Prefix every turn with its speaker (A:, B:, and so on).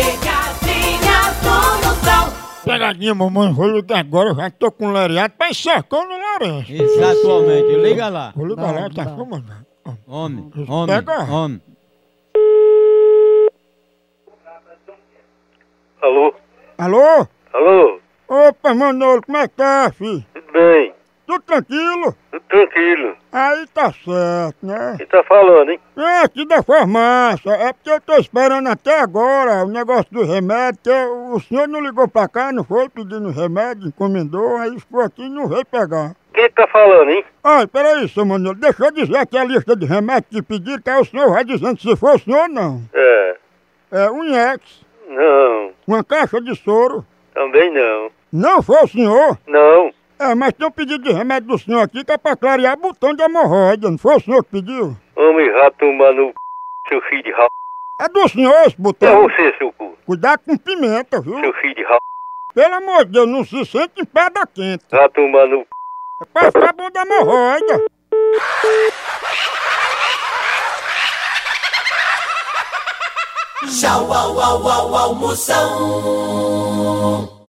A: Pegadinha do Moção.
B: Pegadinha, mamãe, vou ligar agora, eu já tô com o lariado, tá cercando o Lourenço.
C: Exatamente, liga lá.
B: Vou ligar lá, tá filmando. Ó,
C: Homem,
B: Pega.
C: homem, homem.
D: Alô?
B: Alô?
D: Alô?
B: Opa, Manolo, como é que tá, filho?
D: Tudo bem?
B: Tudo tranquilo?
D: Tudo tranquilo?
B: Aí tá certo, né?
D: Quem tá falando, hein?
B: É aqui da farmácia, é porque eu tô esperando até agora o negócio do remédio, que o senhor não ligou pra cá, não foi pedindo remédio, encomendou, aí ficou aqui e não veio pegar.
D: Quem tá falando, hein?
B: Olha, peraí, seu Manolo, deixa eu dizer aqui a lista de remédios que pedi, que aí o senhor vai dizendo se foi o senhor ou não.
D: É.
B: É um IEX,
D: Não.
B: uma caixa de soro,
D: Também não.
B: não foi o senhor.
D: Não.
B: É, mas tem um pedido de remédio do senhor aqui que é pra clarear botão de hemorroida, não foi o senhor que pediu?
D: Homem já tomar no c... seu filho de ra...
B: É do senhor esse
D: É
B: botão.
D: você, seu cu.
B: Cuidado com pimenta, viu?
D: Seu filho de ra...
B: Pelo amor de Deus, não se sente em pedra quente.
D: Já tomar no c...
B: É pra ficar bom da hemorroida.
A: Tchau, au, au, au, au, Moção.